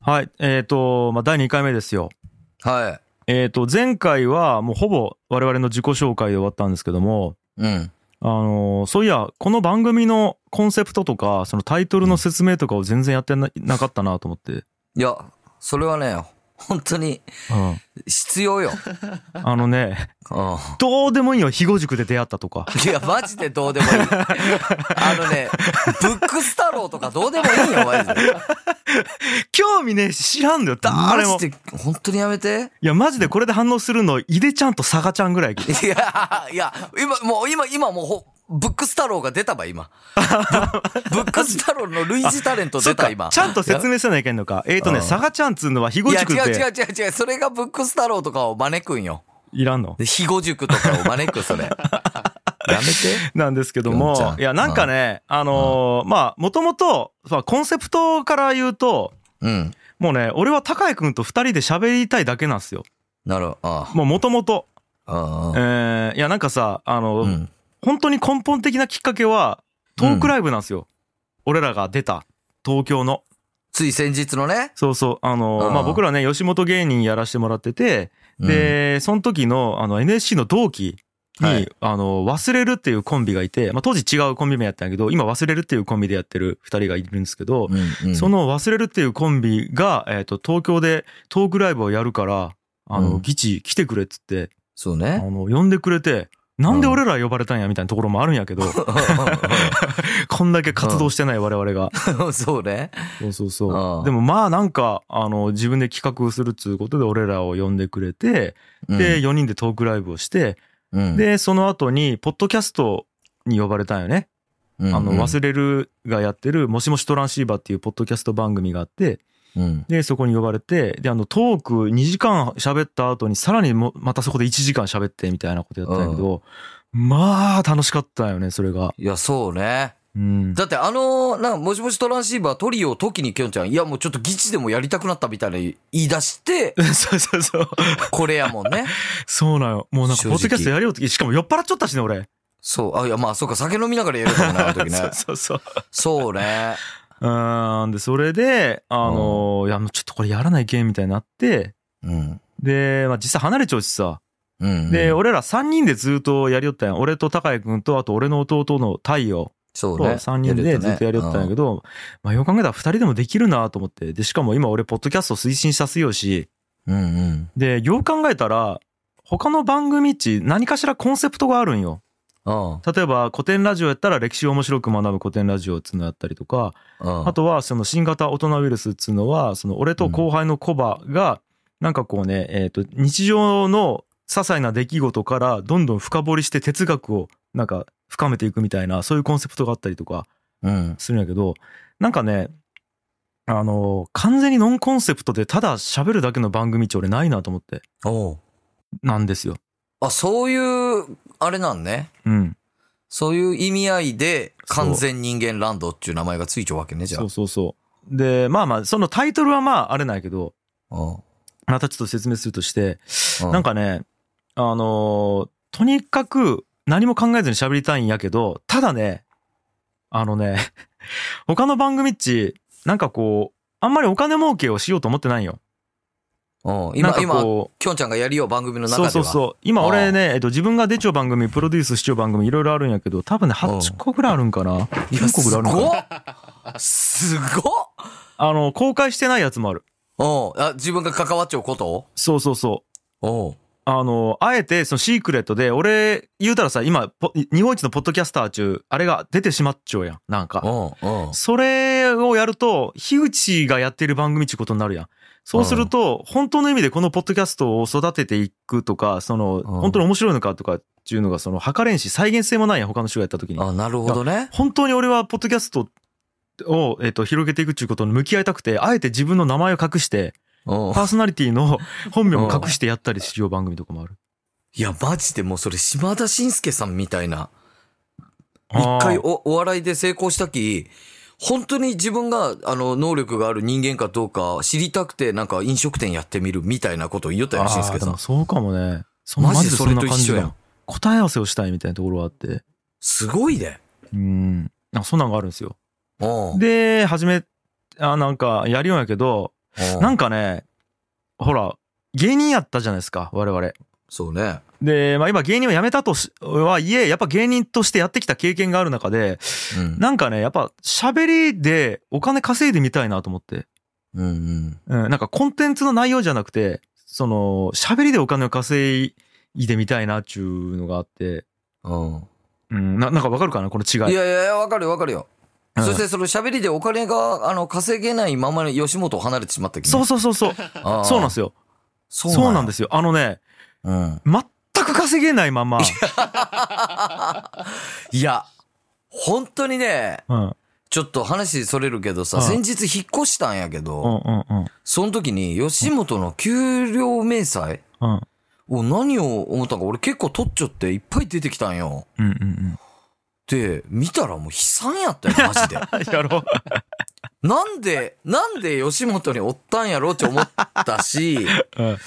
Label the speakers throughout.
Speaker 1: はい。えっ、と、まあ、第2回目ですよ。
Speaker 2: は
Speaker 1: えっ、と、前回はもうほぼ我々の自己紹介で終わったんですけども、
Speaker 2: い。うん。
Speaker 1: あのーそういや、この番組のコンセプトとか、そのタイトルの説明とかを全然やってななかったなと思って。
Speaker 2: いや、それはね、本当に
Speaker 1: うん。
Speaker 2: 必 要よ。
Speaker 1: あのね、
Speaker 2: うん。
Speaker 1: どうでもいいよ、肥後塾で出会ったとか。
Speaker 2: いや、マジでどうでもいい。あのね、ブックスタローとかどうでもいいよ、マジで。
Speaker 1: 興味ねえし、知らんのよ、誰
Speaker 2: マ
Speaker 1: も。
Speaker 2: ジで、本当にやめて。
Speaker 1: いや、マジでこれで反応するの、井出ちゃんと佐賀ちゃんぐらい。
Speaker 2: いや、いや、今、もう、今、今、もうほ、ブックスタローが出たば、今。ブブックスタローの類似タレント
Speaker 1: そ
Speaker 2: 出、
Speaker 1: ったか
Speaker 2: 今。
Speaker 1: ちゃんと説明せないけんのか。えっ、とね、
Speaker 2: うん
Speaker 1: 佐賀ちゃんっつうのは肥後
Speaker 2: いや、違う
Speaker 1: 塾
Speaker 2: 違
Speaker 1: で
Speaker 2: う違う違う。それがブックスタローとかを招くんよ。
Speaker 1: いらんの
Speaker 2: で、肥後塾とかを招 く、それ。やめて。
Speaker 1: なんですけども
Speaker 2: よんちゃ、ん
Speaker 1: いや、なんかね、あのーまあ、もともと、まあコンセプトから言うと、
Speaker 2: うん。
Speaker 1: もうね、俺は高井くんと二人で喋りたいだけなんですよ。
Speaker 2: なるほど。あ
Speaker 1: もうもともと。
Speaker 2: あ。あ
Speaker 1: え
Speaker 2: あ。
Speaker 1: ーいや、なんかさ、あの、
Speaker 2: うん。
Speaker 1: 本当に根本的なきっかけは、トークライブなんですよ。俺らが出た、東京の。
Speaker 2: つい先日のね。
Speaker 1: そうそう。あのー
Speaker 2: うん
Speaker 1: まあ、僕らね、吉本芸人やらせてもらってて、
Speaker 2: うん、
Speaker 1: で、その時の、あの、NSC の同期に、
Speaker 2: はい
Speaker 1: あの、忘れるっていうコンビがいて、まあ、当時違うコンビ名やったんやけど、今忘れるっていうコンビでやってる二人がいるんですけど、
Speaker 2: うんうん
Speaker 1: その忘れるっていうコンビが、えっ、と、東京でトークライブをやるから、あの、
Speaker 2: うん
Speaker 1: ギチ来てくれっつって、
Speaker 2: そう
Speaker 1: あ
Speaker 2: ね。
Speaker 1: の、呼んでくれて、なんで俺ら呼ばれたんやみたいなところもあるん やけど、こんだけ活動してない我々が。
Speaker 2: そうね。
Speaker 1: そうそうそうう。
Speaker 2: ん
Speaker 1: でもまあなんか、あの、自分で企画するっつうことで俺らを呼んでくれて、で、4人でトークライブをして、
Speaker 2: うん、
Speaker 1: で、その後に、ポッドキャストに呼ばれたんよね。
Speaker 2: うん、
Speaker 1: あの、
Speaker 2: れ、
Speaker 1: 忘れるがやってる、もしもしトランシーバーっていうポッドキャスト番組があって、
Speaker 2: うん、
Speaker 1: で、そこに呼ばれて、で、あの、トーク2時間喋った後に、さらにも、またそこで1時間喋って、みたいなことやったんやけど、まあ、楽しかったよね、それが。
Speaker 2: いや、そうね。
Speaker 1: うん。
Speaker 2: だってあの、なんかもしもしトランシーバートリオ、トキにきょんちゃん、いやもうちょっとギチでもやりたくなったみたいな言い出して、
Speaker 1: そうそうそう。
Speaker 2: これやもんね。
Speaker 1: そうなんよ。もうなんか、
Speaker 2: 正
Speaker 1: ポッド
Speaker 2: 直
Speaker 1: キャストやりようって、しかも酔っ払っちゃったしね、俺。
Speaker 2: そう。あ、いや、まあ、そうか、酒飲みながらやるかもな、あの 時ね
Speaker 1: そう。そうそう。
Speaker 2: そうね。
Speaker 1: うーん。で、それで、あのーいや、もうちょっとこれやらないけん、みたいになって、
Speaker 2: うん。
Speaker 1: で、まあ、実際離れちゃうしさ。
Speaker 2: うん。
Speaker 1: で、
Speaker 2: うん、
Speaker 1: 俺ら3人でずっとやりよったんや。俺と高井くんと、あと俺の弟の太陽
Speaker 2: そ
Speaker 1: と
Speaker 2: うね。
Speaker 1: 3人でずっとやりよったんやけ
Speaker 2: ど。
Speaker 1: ど、まあ、よく考えたら2人でもできるなと思って。で、しかも今俺、ポッドキャスト推進したすよし、
Speaker 2: うんうん。
Speaker 1: で、よく考えたら、他の番組っち何かしらコンセプトがあるんよ。
Speaker 2: あ
Speaker 1: 例えば古典ラジオやったら歴史を面白く学ぶ古典ラジオっつうのやったりとか、
Speaker 2: あ
Speaker 1: あとはその新型大人ウイルスっつうのは、その俺と後輩のコバが、なんかこうね、えっと、日常の些細な出来事からどんどん深掘りして哲学をなんか深めていくみたいな、そういうコンセプトがあったりとか
Speaker 2: うん。
Speaker 1: するんやけど、なんかね、あの、完全にノンコンセプトでただ喋るだけの番組って俺ないなと思って、
Speaker 2: おう
Speaker 1: なんですよ。
Speaker 2: あ、そういう、あれなんね。
Speaker 1: うん。
Speaker 2: そういう意味合いで、完全人間ランドっていう名前がついちゃうわけね、じゃあ。
Speaker 1: そうそうそう。で、まあまあ、そのタイトルはまああれないけど、
Speaker 2: うん
Speaker 1: またちょっと説明するとして、
Speaker 2: うん
Speaker 1: なんかね、あのーとにかく何も考えずに喋りたいんやけど、ただね、あのね、 他の番組っち、なんかこう、あんまりお金儲けをしようと思ってないんよ。
Speaker 2: うん
Speaker 1: なん
Speaker 2: 今、
Speaker 1: か
Speaker 2: 今、
Speaker 1: こう、
Speaker 2: きょんちゃんがやりよう番組の中で
Speaker 1: そう
Speaker 2: は。
Speaker 1: そうそう。今俺ね、えっと、自分が出ちゃう番組、プロデュースしちゃう番組いろいろあるんやけど、多分ね、8個ぐらいあるんかな。
Speaker 2: いや、
Speaker 1: 9個
Speaker 2: す
Speaker 1: ぐらいあるんかな。
Speaker 2: ごっすご
Speaker 1: あの、公開してないやつもある。
Speaker 2: っうん。あ、自分が関わっちゃうこと
Speaker 1: そうそうそう。
Speaker 2: おう
Speaker 1: あの、あえて、そのシークレットで、俺、言うたらさ、今、ポ日本一のポッドキャスター中、あれが出てしまっちゃうやん。なんか。
Speaker 2: おうおう
Speaker 1: それをやると、樋口がやってる番組ってことになるやん。そうすると、本当の意味でこのポッドキャストを育てていくとか、その、本当に面白いのかとかっていうのが、その、測れんし、再現性もないやん、他の人がやった時に。
Speaker 2: あ、なるほどね。
Speaker 1: 本当に俺は、ポッドキャストを、えっと、広げていくっていうことに向き合いたくて、あえて自分の名前を隠して、
Speaker 2: うん
Speaker 1: パーソナリティの本名も隠してやったりしよう番組とかもある。
Speaker 2: いや、マジでもうそれ、島田紳介さんみたいな。
Speaker 1: あ
Speaker 2: 一
Speaker 1: ー
Speaker 2: 回おお笑いで成功したき、本当に自分が、あの、能力がある人間かどうか知りたくて、なんか飲食店やってみるみたいなことを言いよったよ、
Speaker 1: あ
Speaker 2: しん
Speaker 1: ー
Speaker 2: すけ
Speaker 1: で
Speaker 2: さん
Speaker 1: も。そうかもね。そ
Speaker 2: マジでそれと一緒
Speaker 1: だ
Speaker 2: やん。
Speaker 1: 答え合わせをしたいみたいなところがあって。
Speaker 2: すごいね。
Speaker 1: うん。なんかそんなんがあるんですよ。
Speaker 2: うん。
Speaker 1: で、始め、あなんかやるようんやけど、な
Speaker 2: うん
Speaker 1: んかね、ほら、芸人やったじゃないですか、我々。
Speaker 2: そうね。
Speaker 1: で、まあ今芸人は辞めたとしはいえ、やっぱ芸人としてやってきた経験がある中で、
Speaker 2: うん。
Speaker 1: なんかね、やっぱ喋りでお金稼いでみたいなと思って。
Speaker 2: うんうん。
Speaker 1: うん、なんかコンテンツの内容じゃなくて、その、喋りでお金を稼いでみたいなっちゅうのがあって、
Speaker 2: うん
Speaker 1: うん、ななんかわかるかなこの違い。
Speaker 2: いやいやいや、わかるよわかるよ。
Speaker 1: うん
Speaker 2: そしてその喋りでお金が、あの、稼げないままに吉本を離れてしまったけ。
Speaker 1: そうそうそうそう。そうなんですすよ。
Speaker 2: そ。
Speaker 1: そうなんですすよ。あのね、
Speaker 2: うん。
Speaker 1: 全く稼げないまま、
Speaker 2: いや、本当にね、
Speaker 1: うん、うん、
Speaker 2: ちょっと話それるけどさ、
Speaker 1: うん
Speaker 2: 先日引っ越したんやけ
Speaker 1: う
Speaker 2: ど、
Speaker 1: ん、うん、
Speaker 2: その時に吉本の給料明細
Speaker 1: うん、
Speaker 2: を何を思ったんか、俺結構取っちゃっていっぱい出てきたんよ。
Speaker 1: うん、うん、
Speaker 2: で、見たらもう悲惨やったよ、マジで。
Speaker 1: うん。 やろう。
Speaker 2: なんで、なんで吉本におったんやろって思った し、
Speaker 1: うん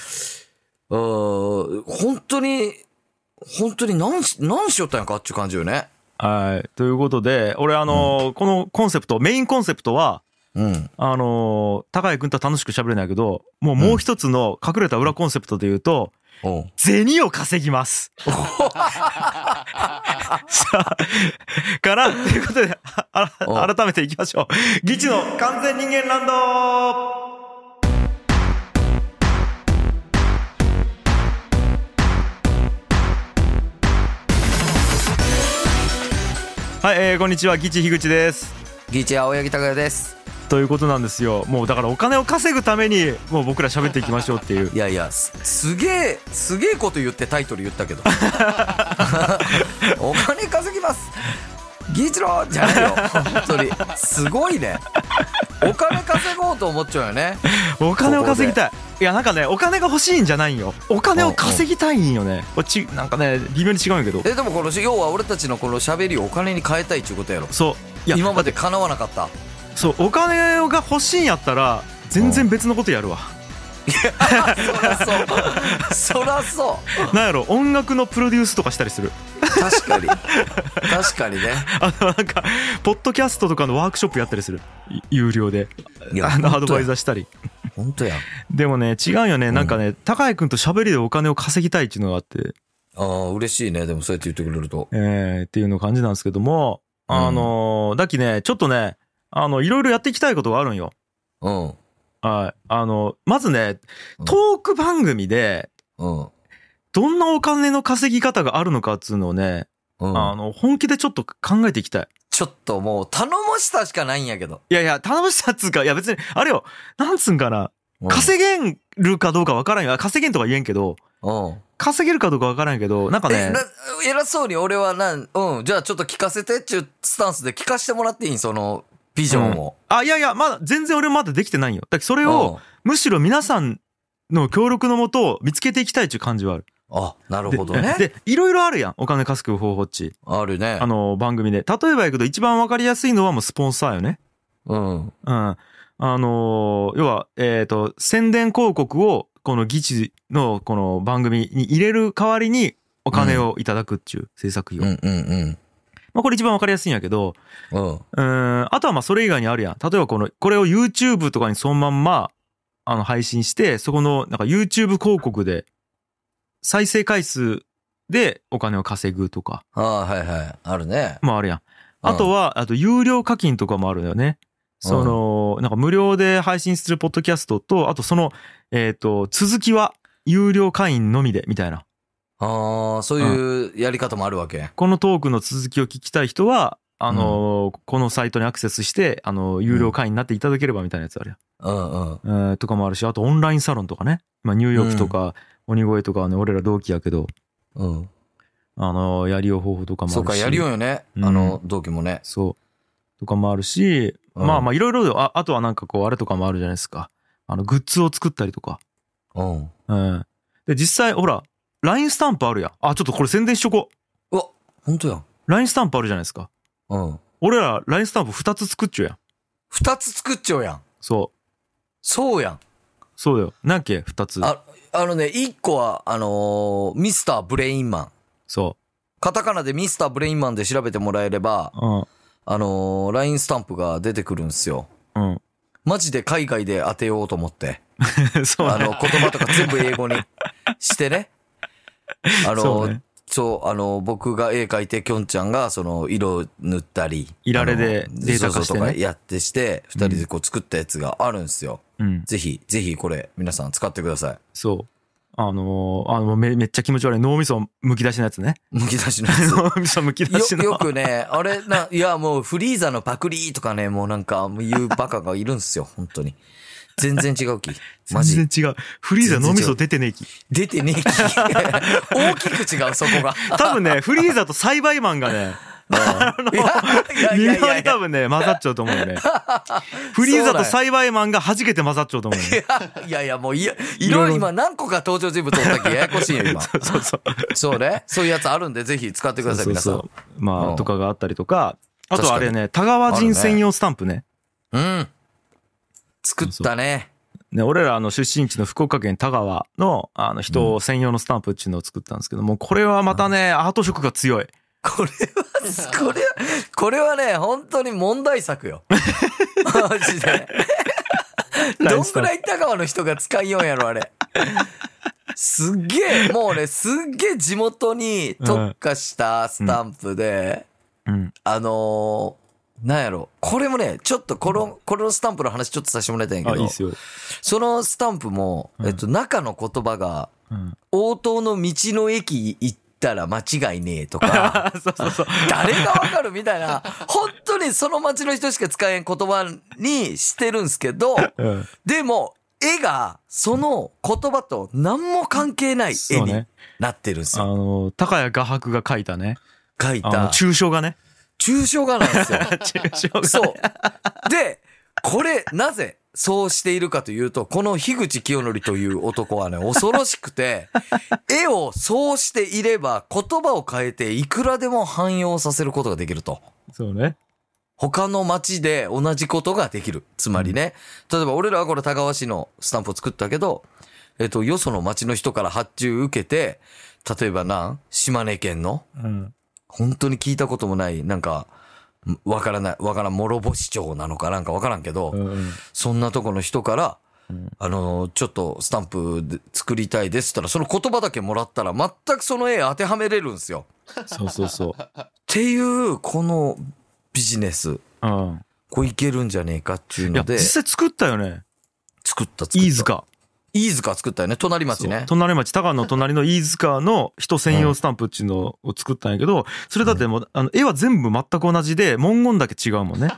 Speaker 2: うーん本当に、本当に何し、何しよったんやかっていう感じよね。
Speaker 1: はい。ということで、俺あのーこのコンセプト、メインコンセプトは、
Speaker 2: うん。
Speaker 1: あのー高井くんとは楽しく喋れないけど、もうもう一つの隠れた裏コンセプトで言うと、
Speaker 2: おう
Speaker 1: 銭を稼ぎます。さあ、かなということで、ああ改めていきましょう。ギチの完全人間ランドはい、えーこんにちは、ギチ樋口です。
Speaker 2: ギーチェ青柳高也です。
Speaker 1: ということなんですよ。もうだからお金を稼ぐために、もう僕ら喋っていきましょうっていう
Speaker 2: い。やいや、すすげえ、すげえこと言ってタイトル言った けど。お金稼ぎます。ギーチローじゃない よ。本当に。すごいね。お金稼ごうと思っちゃうよね。
Speaker 1: お金を稼ぎたいいやなんかねお金が欲しいんじゃないんよお金を稼ぎたいんよねこっちなんかね微妙に違うんやけど
Speaker 2: え、でもこの、要は俺たちのこの喋りをお金に変えたいっていうことやろ。
Speaker 1: そういや
Speaker 2: 今まで叶わなかった。
Speaker 1: そうお金が欲しいんやったら全然別のことやるわ
Speaker 2: そらそう。そらそう。
Speaker 1: なんやろ音楽のプロデュースとかしたりする
Speaker 2: 確かに確かにね
Speaker 1: あのなんかポッドキャストとかのワークショップやったりするい有料で
Speaker 2: いや
Speaker 1: あのアドバイザ
Speaker 2: ー
Speaker 1: ーしたり
Speaker 2: 本当や
Speaker 1: でもね違うよね
Speaker 2: ん
Speaker 1: なんかね高井君と喋りでお金を稼ぎたいっていうのがあって
Speaker 2: ああ嬉しいねでもそうやって言ってくれると
Speaker 1: えーっていうの感じなんですけどもあのーだきねちょっとねあのいろいろやっていきたいことがあるんよ
Speaker 2: うん
Speaker 1: はい。あの、まずね
Speaker 2: うん、
Speaker 1: トーク番組で、
Speaker 2: うん
Speaker 1: どんなお金の稼ぎ方があるのかっつうのをね、
Speaker 2: う
Speaker 1: あ
Speaker 2: ん
Speaker 1: の、本気でちょっと考えていきたい。
Speaker 2: ちょっともう頼もしさしかないんやけど
Speaker 1: いやいや、楽しさっつうか、いや別に、あれよ、なんつうんかな、
Speaker 2: うん
Speaker 1: 稼げんるかどうかわからんよ。あ稼げんとか言えんけど、
Speaker 2: うん
Speaker 1: 稼げるかどうかわからんけど、なんか
Speaker 2: え
Speaker 1: ね
Speaker 2: な、偉そうに俺はなんうんじゃあちょっと聞かせてっちゅうスタンスで聞かせてもらっていいんそのビジョンを
Speaker 1: あ、いやいや、まだ全然俺まだできてないよ。だからそれ
Speaker 2: うん
Speaker 1: を、むしろ皆さんの協力のもと見つけていきたいっていう感じはある。
Speaker 2: あなる
Speaker 1: で
Speaker 2: ほどね
Speaker 1: で、いろいろあるやん。お金稼ぐ方法っち。
Speaker 2: あるね
Speaker 1: あの番組で。例えばやけど、一番わかりやすいのはもうスポンサーよね。
Speaker 2: うん
Speaker 1: うん。あのー要は、えっ、と、宣伝広告を、この議事のこの番組に入れる代わりに、お金をいただくっていう制作費
Speaker 2: う
Speaker 1: を。
Speaker 2: んうん
Speaker 1: まあこれ一番わかりやすいんやけど、
Speaker 2: うんうん
Speaker 1: うーん、あとはまあそれ以外にあるやん。例えばこの、これを YouTube とかにそのまんま、あの配信して、そこのなんか YouTube 広告で、再生回数でお金を稼ぐとか、
Speaker 2: ああはいはいあるね
Speaker 1: もあるやん。あとは、あと、有料課金とかもあるんだよね。その、なんか無料で配信するポッドキャストと、あとその、えっ、と、続きは有料会員のみで、みたいな。
Speaker 2: ああそういうやり方もあるわけ
Speaker 1: このトークの続きを聞きたい人は、あのーこのサイトにアクセスして、あのー有料会員になっていただければみたいなやつある
Speaker 2: うんうん
Speaker 1: やん。えーとかもあるし、あとオンラインサロンとかね。まあ、ニューヨークとか、鬼越とかはね、俺ら同期やけど、
Speaker 2: うん
Speaker 1: あのーやりよう方法とかもあるし。
Speaker 2: そうか、やりようよね。
Speaker 1: うん
Speaker 2: あの、同期もね。
Speaker 1: そう。とかもあるし、
Speaker 2: うん
Speaker 1: まあまあいろいろよあ、あとはなんかこう、あれとかもあるじゃないですか。あの、グッズを作ったりとか。
Speaker 2: うん。
Speaker 1: うん。で、実際、ほら、LINE スタンプあるやん。あ、ちょっとこれ宣伝しとこ
Speaker 2: うわ、ほんとやん。
Speaker 1: う。LINE スタンプあるじゃないですか。
Speaker 2: うん。
Speaker 1: 俺ら LINE スタンプ2つ作っちゃうやん。
Speaker 2: 二つ作っちゃうやん。
Speaker 1: そう。
Speaker 2: そうやん。
Speaker 1: そうだよ。なんやっけ ?2 つ。
Speaker 2: あ、あのね、一個は、あのーミスターブレインマン。
Speaker 1: そ
Speaker 2: カタカナでミスターブレインマンで調べてもらえれば、
Speaker 1: う。うん。
Speaker 2: あのー、LINE スタンプが出てくるんすよ。
Speaker 1: うん。
Speaker 2: マジで海外で当てようと思って。
Speaker 1: そう
Speaker 2: あ
Speaker 1: ね
Speaker 2: の、言葉とか全部英語にし てね。
Speaker 1: そ
Speaker 2: あの、
Speaker 1: うね
Speaker 2: そう、あの、僕が絵描いて、きょんちゃんが、その、色塗ったり。
Speaker 1: いられで
Speaker 2: あの
Speaker 1: データ化してね
Speaker 2: そうそうとかやってして、二人でこう作ったやつがあるんですよ。
Speaker 1: うん
Speaker 2: ぜひ、ぜひこれ、皆さん使ってく ださい。
Speaker 1: そうあのーあのめめっちゃ気持ち悪い脳みそむき出しのやつね
Speaker 2: むき出しのやつ。
Speaker 1: 脳みそ むき出し
Speaker 2: よ、
Speaker 1: の
Speaker 2: よくね、あれ、な、いや、もう、フリーザのパクリとかね、もうなんか、もう言うバカがいるんすよ、本当に。全然違うき。マ ジ。
Speaker 1: 全然違うフリーザ脳みそ出てねえき
Speaker 2: 出 てねえき。大きく違う、そこが。
Speaker 1: 多分ねフリーザと栽培マンがね
Speaker 2: いやいや
Speaker 1: 微
Speaker 2: いや
Speaker 1: 妙
Speaker 2: い
Speaker 1: に
Speaker 2: や
Speaker 1: 多分ね混ざっちゃうと思う よねフリーザと栽培マンが弾けて混ざっちゃうと思うよね
Speaker 2: いやいや、もういや、いろいろ今何個か登場人物おったっけややこしいよ、今。
Speaker 1: そうそう
Speaker 2: そうね。そういうやつあるんで、ぜひ使ってください、
Speaker 1: そう
Speaker 2: 皆さ
Speaker 1: そ
Speaker 2: ん。
Speaker 1: うま
Speaker 2: うん
Speaker 1: あとかがあったりとかあとあ
Speaker 2: 確かに
Speaker 1: れね田川人専用スタンプね
Speaker 2: うん。作ったね。
Speaker 1: ね俺らあの出身地の福岡県田川のあの人専用のスタンプっていうのを作ったんですけどもこれはまたねアート色が強い
Speaker 2: これは、これは、これはね、本当に問題 作よ。マジで。どんぐらい高川の人が使いようんやろ、あれ。すっげえ、もうね、すっげえ地元に特化したスタンプで、
Speaker 1: うん
Speaker 2: あのーなんやろ。これもね、ちょっとこの、このスタンプの話ちょっとさせてもらいたいんや
Speaker 1: あ
Speaker 2: け
Speaker 1: いい
Speaker 2: ど、
Speaker 1: っすよ
Speaker 2: そのスタンプも、
Speaker 1: うん
Speaker 2: えっと、中の言葉が、
Speaker 1: うん
Speaker 2: 応答の道の駅行ったら間違いねえとか、
Speaker 1: あそう そうそう
Speaker 2: 誰がわかるみたいな、本当にその街の人しか使えん言葉にしてるんすけど、
Speaker 1: うん
Speaker 2: でも、絵が、その言葉と何も関係ない絵
Speaker 1: そう
Speaker 2: に
Speaker 1: ね
Speaker 2: なってるんです
Speaker 1: あ
Speaker 2: よ。
Speaker 1: の高谷画伯が描いたね
Speaker 2: 書い
Speaker 1: あの
Speaker 2: た。
Speaker 1: 抽象画ね
Speaker 2: 抽象画なんですよ。
Speaker 1: 抽象画
Speaker 2: そう。で、これ、なぜ、そうしているかというと、この樋口清則という男はね、恐ろしくて、絵をそうしていれば、言葉を変えて、いくらでも汎用させることができると。
Speaker 1: そうね
Speaker 2: 他の町で同じことができる。つまりね、例えば俺らはこれ田川市のスタンプを作ったけど、えっと、よその町の人から発注受けて、例えばなん、島根県の、
Speaker 1: うん
Speaker 2: 本当に聞いたこともない、なんか、んわからない、わからん、諸星町なのかなんかわからんけど、
Speaker 1: うんうん
Speaker 2: そんなとこの人から、
Speaker 1: うん
Speaker 2: あの、ちょっとスタンプで作りたいですって言ったら、その言葉だけもらったら、全くその絵当てはめれるんですよ。
Speaker 1: そうそうそう
Speaker 2: っていう、このビジネス。
Speaker 1: うん
Speaker 2: これいけるんじゃねえかっていう
Speaker 1: いや
Speaker 2: ので
Speaker 1: 実、際作ったよね
Speaker 2: 作った、作った。
Speaker 1: 飯。塚
Speaker 2: 飯塚作ったよね。隣町ね
Speaker 1: そう。隣町高の隣の飯塚の人専用スタンプっていうのを作ったんやけどそれだってもうあの絵は全部全く同じで文言だけ違うもんね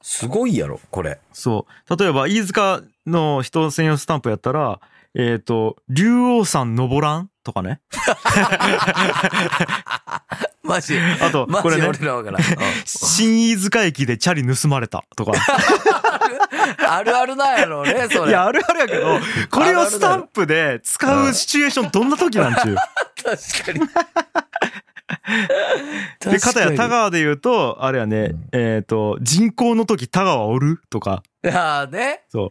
Speaker 2: すごいやろ、これ。
Speaker 1: そう例えば飯塚の人専用スタンプやったらえっ、と「竜王山登らん」とかね
Speaker 2: マジ。
Speaker 1: あと
Speaker 2: マ
Speaker 1: これ
Speaker 2: ジ
Speaker 1: ね
Speaker 2: 俺らわからん。うん
Speaker 1: 「新飯塚駅でチャリ盗まれた」と か
Speaker 2: あるあるなんやろうね、そ
Speaker 1: い
Speaker 2: れ。
Speaker 1: やあるあるやけどこれをスタンプで使うシチュエーションどんな時なんちゅう
Speaker 2: 確かに。
Speaker 1: で、片や田
Speaker 2: 川。
Speaker 1: 川で言うと、あれやね、えっ、と、人口の時田川おるとか、
Speaker 2: ああね。
Speaker 1: そう。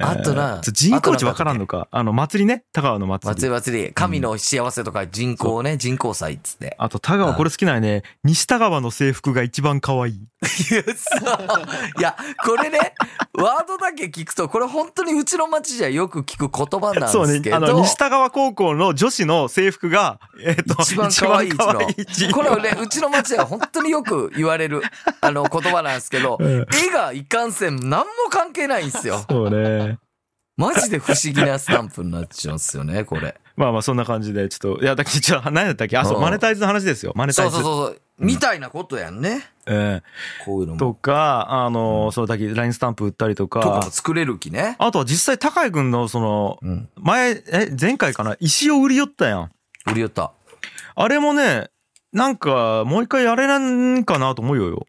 Speaker 2: あとな
Speaker 1: えーちょ人口地わからんのか。あの、祭りね。田川の祭り。
Speaker 2: 祭り祭り。神の幸せとか人口ね、人口祭っつって。
Speaker 1: あと、田川、これ好きなんやね。西田川の制服が一番可愛い。
Speaker 2: いや、そういや、これね、ワードだけ聞くと、これ本当にうちの町じゃよく聞く言葉なん
Speaker 1: そう
Speaker 2: です
Speaker 1: ね
Speaker 2: け。
Speaker 1: あ
Speaker 2: ど。
Speaker 1: の、西田川高校の女子の制服が、えっ、と、
Speaker 2: 一番可愛い
Speaker 1: 一番可愛い地
Speaker 2: これはね、うちの町では本当によく言わ れる、あの、言葉なんですけど、
Speaker 1: うん
Speaker 2: 絵がいかんせん何も関係ないんですよ。
Speaker 1: そうね。
Speaker 2: マジで不思議なスタンプになっちゃうんですよね、これ。
Speaker 1: まあまあ、そんな感じで、ちょっと、いや、だっけ、じゃあ、何やったっけあ、そうう、
Speaker 2: ん
Speaker 1: マネタイズの話ですよ。マネタイ
Speaker 2: そう
Speaker 1: ズ。
Speaker 2: そうそうそう。みたいなことやんね。
Speaker 1: え
Speaker 2: こういうの
Speaker 1: え
Speaker 2: も。
Speaker 1: とか、あの、そうだっけ、ラインスタンプ売ったりと
Speaker 2: とか
Speaker 1: か
Speaker 2: も、作れる気ね。
Speaker 1: あとは実際、高井くんの、その、
Speaker 2: うん。
Speaker 1: 前、え、前回かな石を売り寄ったやん。
Speaker 2: 売り寄った。
Speaker 1: あれもね、なんか、もう一回やれなんかなと思うよよ。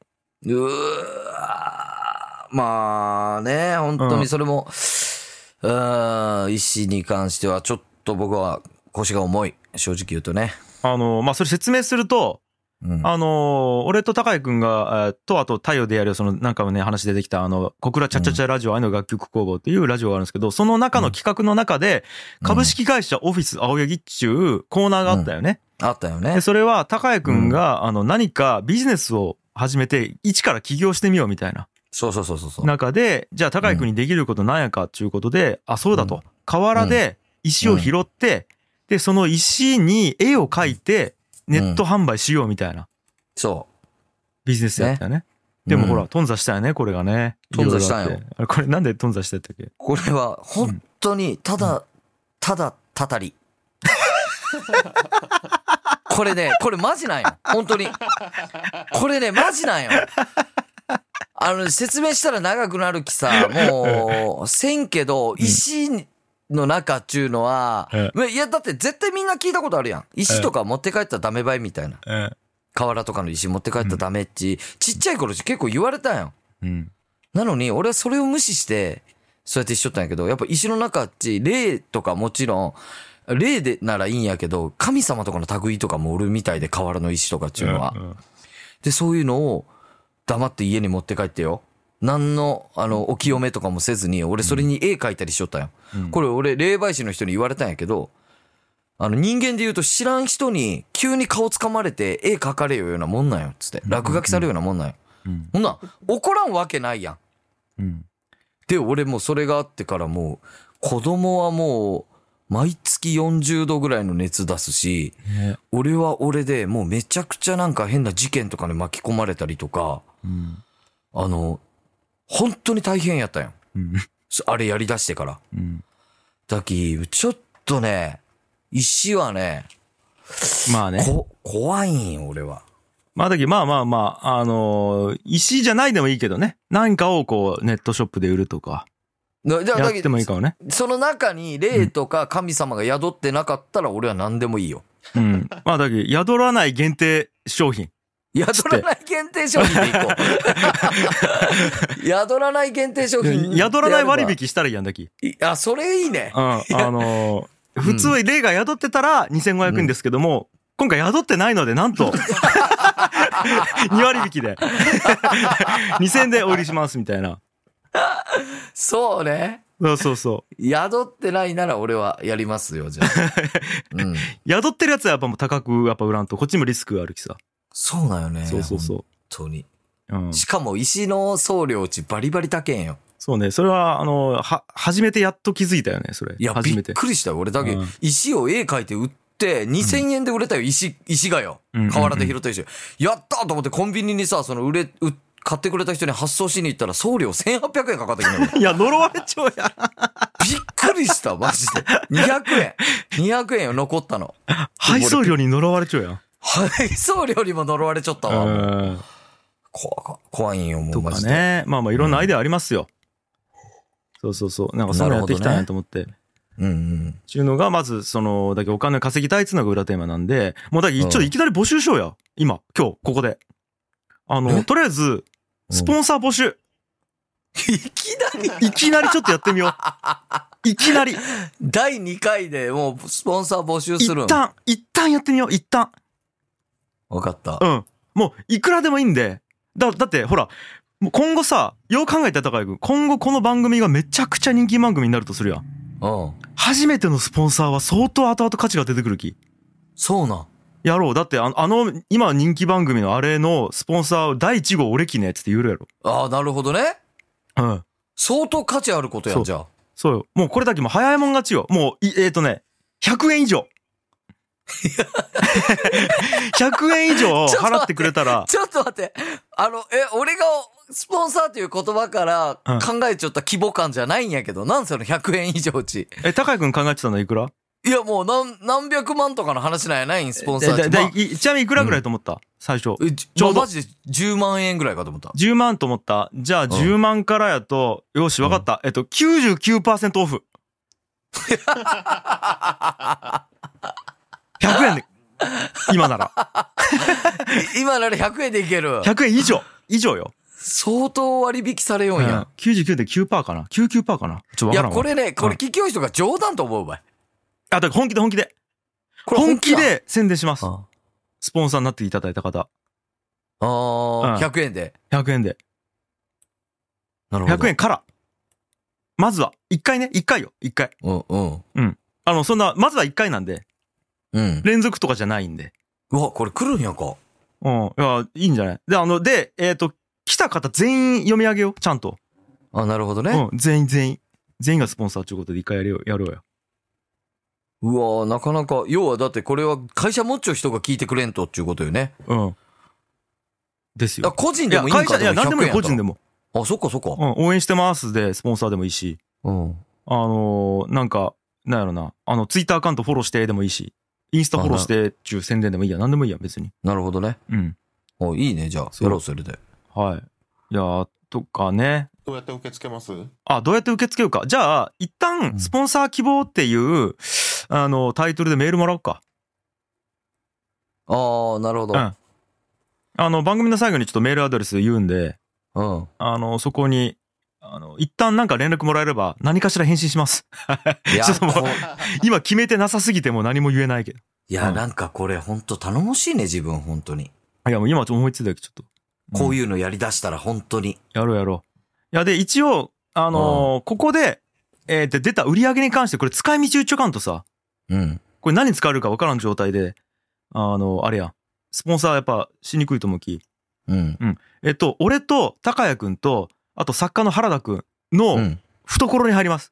Speaker 2: うーわーまあね、本当にそれも、うーん、石に関してはちょっと僕は腰が重い。正直言うとね。
Speaker 1: あの、まあ、それ説明すると、
Speaker 2: うん。
Speaker 1: あの、俺と高井くんが、えーと、あと、太陽でやる、その、なんかもね、話出てきた、あの、小倉チャチャチャラジオ愛の楽曲工房っていうラジオがあるんですけど、その中の企画の中で、株式会社オフィス青柳っちゅうコーナーがあったよね。
Speaker 2: あったよね
Speaker 1: で、。それは、高井くんが、あの、何かビジネスを始めて、一から起業してみようみたいな。
Speaker 2: そうそうそうそうそう。
Speaker 1: 中で、じゃあ高井君にできることなんやかっていうことで、あ、そうだ
Speaker 2: う
Speaker 1: と。河原で石を拾って、で、その石に絵を描いて、ネット販売しようみたいな
Speaker 2: そ
Speaker 1: ビジネスやったよね。
Speaker 2: う。
Speaker 1: でもほ
Speaker 2: う
Speaker 1: ら、
Speaker 2: ん、
Speaker 1: 頓挫したよね、これがね。
Speaker 2: 頓挫したんよ
Speaker 1: いろいろあって。あれこれなんで頓挫してたっけ
Speaker 2: これは本当にただ、ただたたり。これね、これマジなんよ。本当に。これね、マジなんよ。あの、説明したら長くなるきさ、もう、せんけど、石の中っちゅうのは、いや、だって絶対みんな聞いたことあるやん。石とか持って帰ったらダメばいみたいな。河原とかの石持って帰ったらダメっち、ちっちゃい頃結構言われたんよ。
Speaker 1: うん。
Speaker 2: なのに、俺はそれを無視して、そうやってしとったんやけど、やっぱ石の中っち、霊とかもちろん、霊でならいいんやけど、神様とかの類とかもおるみたいで、河原の石とかっていうのは。
Speaker 1: ん
Speaker 2: で、そういうのを黙って家に持って帰ってよ。何の、あの、お清めとかもせずに、俺それに絵描いたりしとったんよ。
Speaker 1: うん
Speaker 2: これ俺、霊媒師の人に言われたんやけど、あの、人間で言うと知らん人に急に顔つかまれて絵描かれようようなもんなんよ、つって。落書きされるようなもんなんよ。
Speaker 1: うん。
Speaker 2: ほんなら怒らんわけないやん。
Speaker 1: うん。
Speaker 2: で、俺もうそれがあってからもう、子供はもう、毎月40度ぐらいの熱出すし、
Speaker 1: ね
Speaker 2: 俺は俺でもうめちゃくちゃなんか変な事件とかに巻き込まれたりとか、
Speaker 1: うん。
Speaker 2: あの、本当に大変やったんよ。
Speaker 1: うん。
Speaker 2: そあれやり出してから。
Speaker 1: うん。
Speaker 2: だき、ちょっとね、石はね、
Speaker 1: まあね。
Speaker 2: こ、怖いんよ、俺は。
Speaker 1: まあだけどまあまあまあ、あのー石じゃないでもいいけどね。なんかをこう、ネットショップで売るとか、
Speaker 2: だじゃあ
Speaker 1: や
Speaker 2: だ
Speaker 1: っ
Speaker 2: き
Speaker 1: てもいいかもね。
Speaker 2: その中に霊とか神様が宿ってなかったら俺は何でもいいよ。
Speaker 1: うん。まあだけど宿らない限定商品。
Speaker 2: 宿らない限定商品でいこう。宿らない限定商品。
Speaker 1: 宿らない割引したらいいやんだき。
Speaker 2: 引。あ、それいいね
Speaker 1: うん。。あのー普通、例が宿ってたら2500円ですけども、今回宿ってないので、なん と、2割引きで、2000円でお売りしますみたいな。
Speaker 2: そうね。
Speaker 1: そうそうそう。
Speaker 2: 宿ってないなら俺はやりますよ、 じゃあ。うん。
Speaker 1: 宿ってるやつはやっぱもう高くやっぱ売らんと、こっちもリスクがあるきさ。
Speaker 2: そうなんよね。
Speaker 1: そうそうそ
Speaker 2: 本当に。
Speaker 1: う。うん。
Speaker 2: しかも石の送料値バリバリ高えんよ。
Speaker 1: そうね。それは、あの、は、初めてやっと気づいたよね、それ。
Speaker 2: いや、
Speaker 1: 初
Speaker 2: びっ
Speaker 1: めて。
Speaker 2: くりしたよ。俺だけ
Speaker 1: うん
Speaker 2: 石を絵描いて売って2000円で売れたよ、石、石がよ。
Speaker 1: うんうんうん
Speaker 2: 河原で拾った石。やったーと思ってコンビニにさ、その売れ、売買ってくれた人に発送しに行ったら送料1800円かかってきたよ。
Speaker 1: いや、呪われちゃうやん。
Speaker 2: びっくりした、マジで。200円。200円よ、残ったの。
Speaker 1: 配送料に呪われちゃうやん。
Speaker 2: 配送料にも呪われちゃったわ。もう
Speaker 1: うん。
Speaker 2: 怖か怖いんよ、もう
Speaker 1: と
Speaker 2: マ
Speaker 1: か
Speaker 2: ジで。
Speaker 1: ね。まあまあ、いろんなアイデアありますよ。そうそうそう。なんかそういうのやっていきたいなと思って。
Speaker 2: うんうん。
Speaker 1: ちゅうのが、まず、その、だけお金稼ぎたいっつうのが裏テーマなんで、もうだけ一
Speaker 2: う
Speaker 1: 応
Speaker 2: ん
Speaker 1: いきなり募集しようや。今、今日、ここで。あの、
Speaker 2: え
Speaker 1: とりあえず、スポンサー募集。
Speaker 2: いきなり、
Speaker 1: いきなりちょっとやってみよう。 いきなり。
Speaker 2: 第2回でもうスポンサー募集する
Speaker 1: 一
Speaker 2: ん。
Speaker 1: 旦、一旦やってみよう。一旦。
Speaker 2: わかった
Speaker 1: う。ん。もう、いくらでもいいんで。だ、だって、ほら、もう今後さ、よう考えたら高井君、今後この番組がめちゃくちゃ人気番組になるとするやん。
Speaker 2: うん。
Speaker 1: 初めてのスポンサーは相当後々価値が出てくるき。
Speaker 2: そうなん。
Speaker 1: やろう。だってあの、あの、今人気番組のあれのスポンサー第1号俺きねっつって言うやろ。
Speaker 2: ああ、なるほどね。
Speaker 1: うん。
Speaker 2: 相当価値あることや
Speaker 1: そ
Speaker 2: ん、
Speaker 1: う
Speaker 2: じゃあ。
Speaker 1: そうよ。もうこれだけもう早いもん勝ちよ。もうい、えっ、とね、100円以 上。100円以上
Speaker 2: ちょっと
Speaker 1: 払
Speaker 2: 待って
Speaker 1: ってくれたら、
Speaker 2: ちょっと待って。あの、え、俺がスポンサーという言葉から
Speaker 1: うん
Speaker 2: 考えちゃった規模感じゃないんやけど、なんその100円以上うち。
Speaker 1: え、高井くん考えてたのいくら
Speaker 2: いや、もう何、何百万とかの話なんやないん、スポンサー
Speaker 1: え
Speaker 2: 値
Speaker 1: だだ
Speaker 2: まあ
Speaker 1: いちなみにいくらぐらいと思った、最初。
Speaker 2: えち
Speaker 1: ちょうど
Speaker 2: まあマジで10万円ぐらいかと思った。
Speaker 1: 10万と思った。じゃあ10万からやと、よし、わかった。えっと、99%オフ。100円で。今なら。
Speaker 2: い今なら100円でいける。
Speaker 1: 100円以上。以上よ。
Speaker 2: 相当割引されよ
Speaker 1: うんん、
Speaker 2: や。
Speaker 1: 99.9%かな ?99% かなちょっとわ
Speaker 2: い
Speaker 1: からん
Speaker 2: や、
Speaker 1: わ。
Speaker 2: これね、これ聞きよい人が冗談と思うばい。
Speaker 1: あ、だから本気で本気で。
Speaker 2: これ
Speaker 1: 本気
Speaker 2: なん。
Speaker 1: で宣伝します
Speaker 2: う。ん
Speaker 1: スポンサーになっていただいた方。
Speaker 2: あー
Speaker 1: うん
Speaker 2: 100円で。
Speaker 1: 100円で。
Speaker 2: なる
Speaker 1: 100円から。まずは、1回ね。1回よ。1回。
Speaker 2: 円。うん、うん。
Speaker 1: あの、そんな、まずは1回なんで、
Speaker 2: うん。
Speaker 1: 連続とかじゃないんで。
Speaker 2: うわ、これ来るんやか。
Speaker 1: うん。いや、いいんじゃないで、あの、で、えっ、と、来た方全員読み上げよう、ちゃんと。
Speaker 2: あ、なるほどね。
Speaker 1: うん、全員全員。全員がスポンサーということで一回やれよ、やろうよ。
Speaker 2: うわーなかなか、要はだってこれは会社持っちゃう人が聞いてくれんとっていうことよね。
Speaker 1: うん。です
Speaker 2: あ
Speaker 1: よ。
Speaker 2: 個人でもいいん
Speaker 1: 会
Speaker 2: か
Speaker 1: 社、いや、何でもいい、個人で
Speaker 2: も。
Speaker 1: も。
Speaker 2: あ、そっかそっか
Speaker 1: う。ん、応援してますで、スポンサーでもいいし。
Speaker 2: うん。
Speaker 1: あのーなんか、なんやろな、あの、ツイッターアカウントフォローしてでもいいし、インスタフォローしてっちゅう宣伝でもいいや、なんでもいいや、別に。
Speaker 2: なるほどね。
Speaker 1: うん。
Speaker 2: おいいね、じゃあ。
Speaker 1: そう
Speaker 2: やろう、それで。
Speaker 1: はい。いやー、とかね。
Speaker 3: どうやって受け付けます
Speaker 1: あ、どうやって受け付けるか。じゃあ、一
Speaker 2: う
Speaker 1: 旦、
Speaker 2: ん
Speaker 1: スポンサー希望っていう、あの、タイトルでメールもらおうか。
Speaker 2: ああ、なるほど。
Speaker 1: うんあの、番組の最後にちょっとメールアドレス言うんで、
Speaker 2: うん。
Speaker 1: あの、そこに、あの、一旦なんか連絡もらえれば、何かしら返信します。
Speaker 2: いや、
Speaker 1: ちょっと
Speaker 2: こ
Speaker 1: もう今決めてなさすぎてもう何も言えないけど。
Speaker 2: いや、
Speaker 1: うん
Speaker 2: なんかこれ、本当頼もしいね、自分、本当に。
Speaker 1: いや、もう今ちょっと思いついたけど、ちょっと。
Speaker 2: こういうのやりだしたら、本当に。
Speaker 1: やろうやろう。いや、で、一応、あのーここで、えーで出た売り上げに関して、これ使い道言っちょかんとさ、
Speaker 2: うん。
Speaker 1: これ何使えるか分からん状態で、あのあれやん。スポンサーやっぱしにくいと思うき。
Speaker 2: うん。
Speaker 1: えっと、俺と高谷くんと、あと作家の原田くん
Speaker 2: う
Speaker 1: の
Speaker 2: ん。
Speaker 1: 懐に入ります。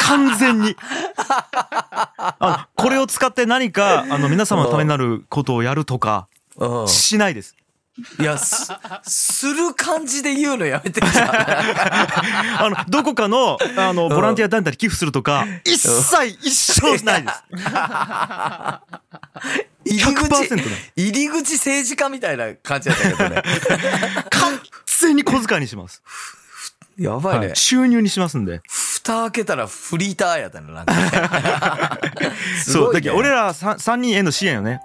Speaker 1: 完全に。あの、これを使って何か、あの、皆様のためになることをやるとか、
Speaker 2: うん
Speaker 1: しないです。
Speaker 2: いや、す、する感じで言うのやめてきた。
Speaker 1: あの、どこかの、あの、ボランティア団体に寄付するとか、一切一生ないです。
Speaker 2: 入り口
Speaker 1: 100%、ね。
Speaker 2: 入り口政治家みたいな感じだったけ どね。
Speaker 1: 完全に小遣いにします。
Speaker 2: やばいね。
Speaker 1: はい収入にしますんで。
Speaker 2: 蓋開けたらフリーターやったな、なんか ね。す
Speaker 1: そ
Speaker 2: ご
Speaker 1: う。だ
Speaker 2: いね
Speaker 1: けど俺らさん三人への支援よね。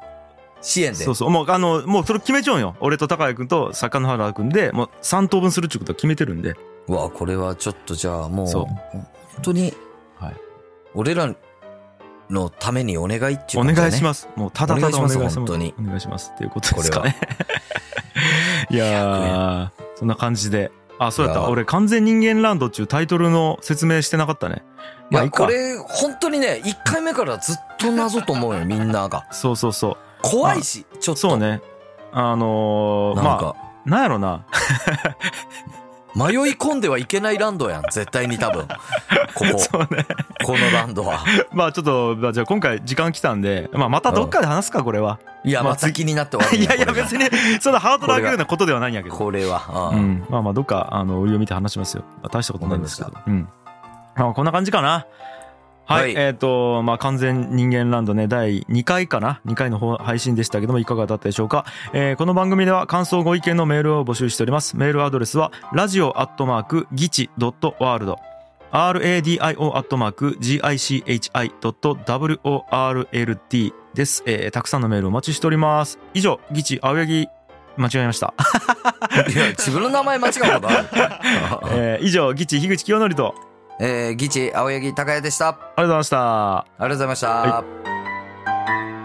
Speaker 2: 支援で
Speaker 1: そう。そう。もう、あの、もうそれ決めちゃうんよ。俺と高谷くんと坂野原くんで、もう3等分するっていうことは決めてるんで。
Speaker 2: うわ、これはちょっとじゃあもう、
Speaker 1: そう
Speaker 2: 本当に、
Speaker 1: はい
Speaker 2: 俺らのためにお願いっていう
Speaker 1: お
Speaker 2: 感じだね
Speaker 1: 願いします。もうただただお願いし
Speaker 2: お願
Speaker 1: ま
Speaker 2: いします
Speaker 1: す。
Speaker 2: 本当に
Speaker 1: お願いします。っていうことですかね。 いやー、そんな感じで。あ、そうやっ
Speaker 2: いや
Speaker 1: た。
Speaker 2: ー
Speaker 1: 俺、完全人間ランドっていうタイトルの説明してなかったね。
Speaker 2: い
Speaker 1: まあ、い
Speaker 2: や、
Speaker 1: いか
Speaker 2: こ。れ、本当にね、一回目からずっと謎と思うよ、みんなが。
Speaker 1: そうそうそ
Speaker 2: 怖いし、ちょっ
Speaker 1: う。
Speaker 2: と。
Speaker 1: そう。ね。あのー
Speaker 2: なん
Speaker 1: ま
Speaker 2: か、
Speaker 1: あ、なんやろな。
Speaker 2: 迷い込んではいけないランドやん、絶対に多分。こ こ、
Speaker 1: そうね。
Speaker 2: このランドは。
Speaker 1: まあちょっと、まあじゃあ今回時間来たんで、まあまたどっかで話すか、これは。
Speaker 2: いや、
Speaker 1: まあ
Speaker 2: また気になって終わる
Speaker 1: い
Speaker 2: ん
Speaker 1: やいや、
Speaker 2: これが
Speaker 1: 別に、そんなハードル上げるようなことではないんやけど。
Speaker 2: これは。
Speaker 1: う
Speaker 2: うん
Speaker 1: ん。まあまあ、どっか、あの、売りを見て話しますよ。まあ大したことないんですけど
Speaker 2: わ。
Speaker 1: うん。まあこんな感じかな。はい。
Speaker 2: はい
Speaker 1: えっ、と、まあ、完全人間ランドね、第2回かな ?2 回の方配信でしたけども、いかがだったでしょうか、えーこの番組では感想ご意見のメールを募集しております。メールアドレスは、ラジオアットマーク、ギチドットワールド。radio アットマーク gichi.world です、えーたくさんのメールお待ちしております。以上、ギチ、青柳、間違えました。
Speaker 2: いや、自分の名前間違うことある。
Speaker 1: えー以上、ギチ、樋口清則と、
Speaker 2: えー、ギチ、青柳、高谷でした。あり
Speaker 1: ありがとうございました。
Speaker 2: がとうございました。
Speaker 1: は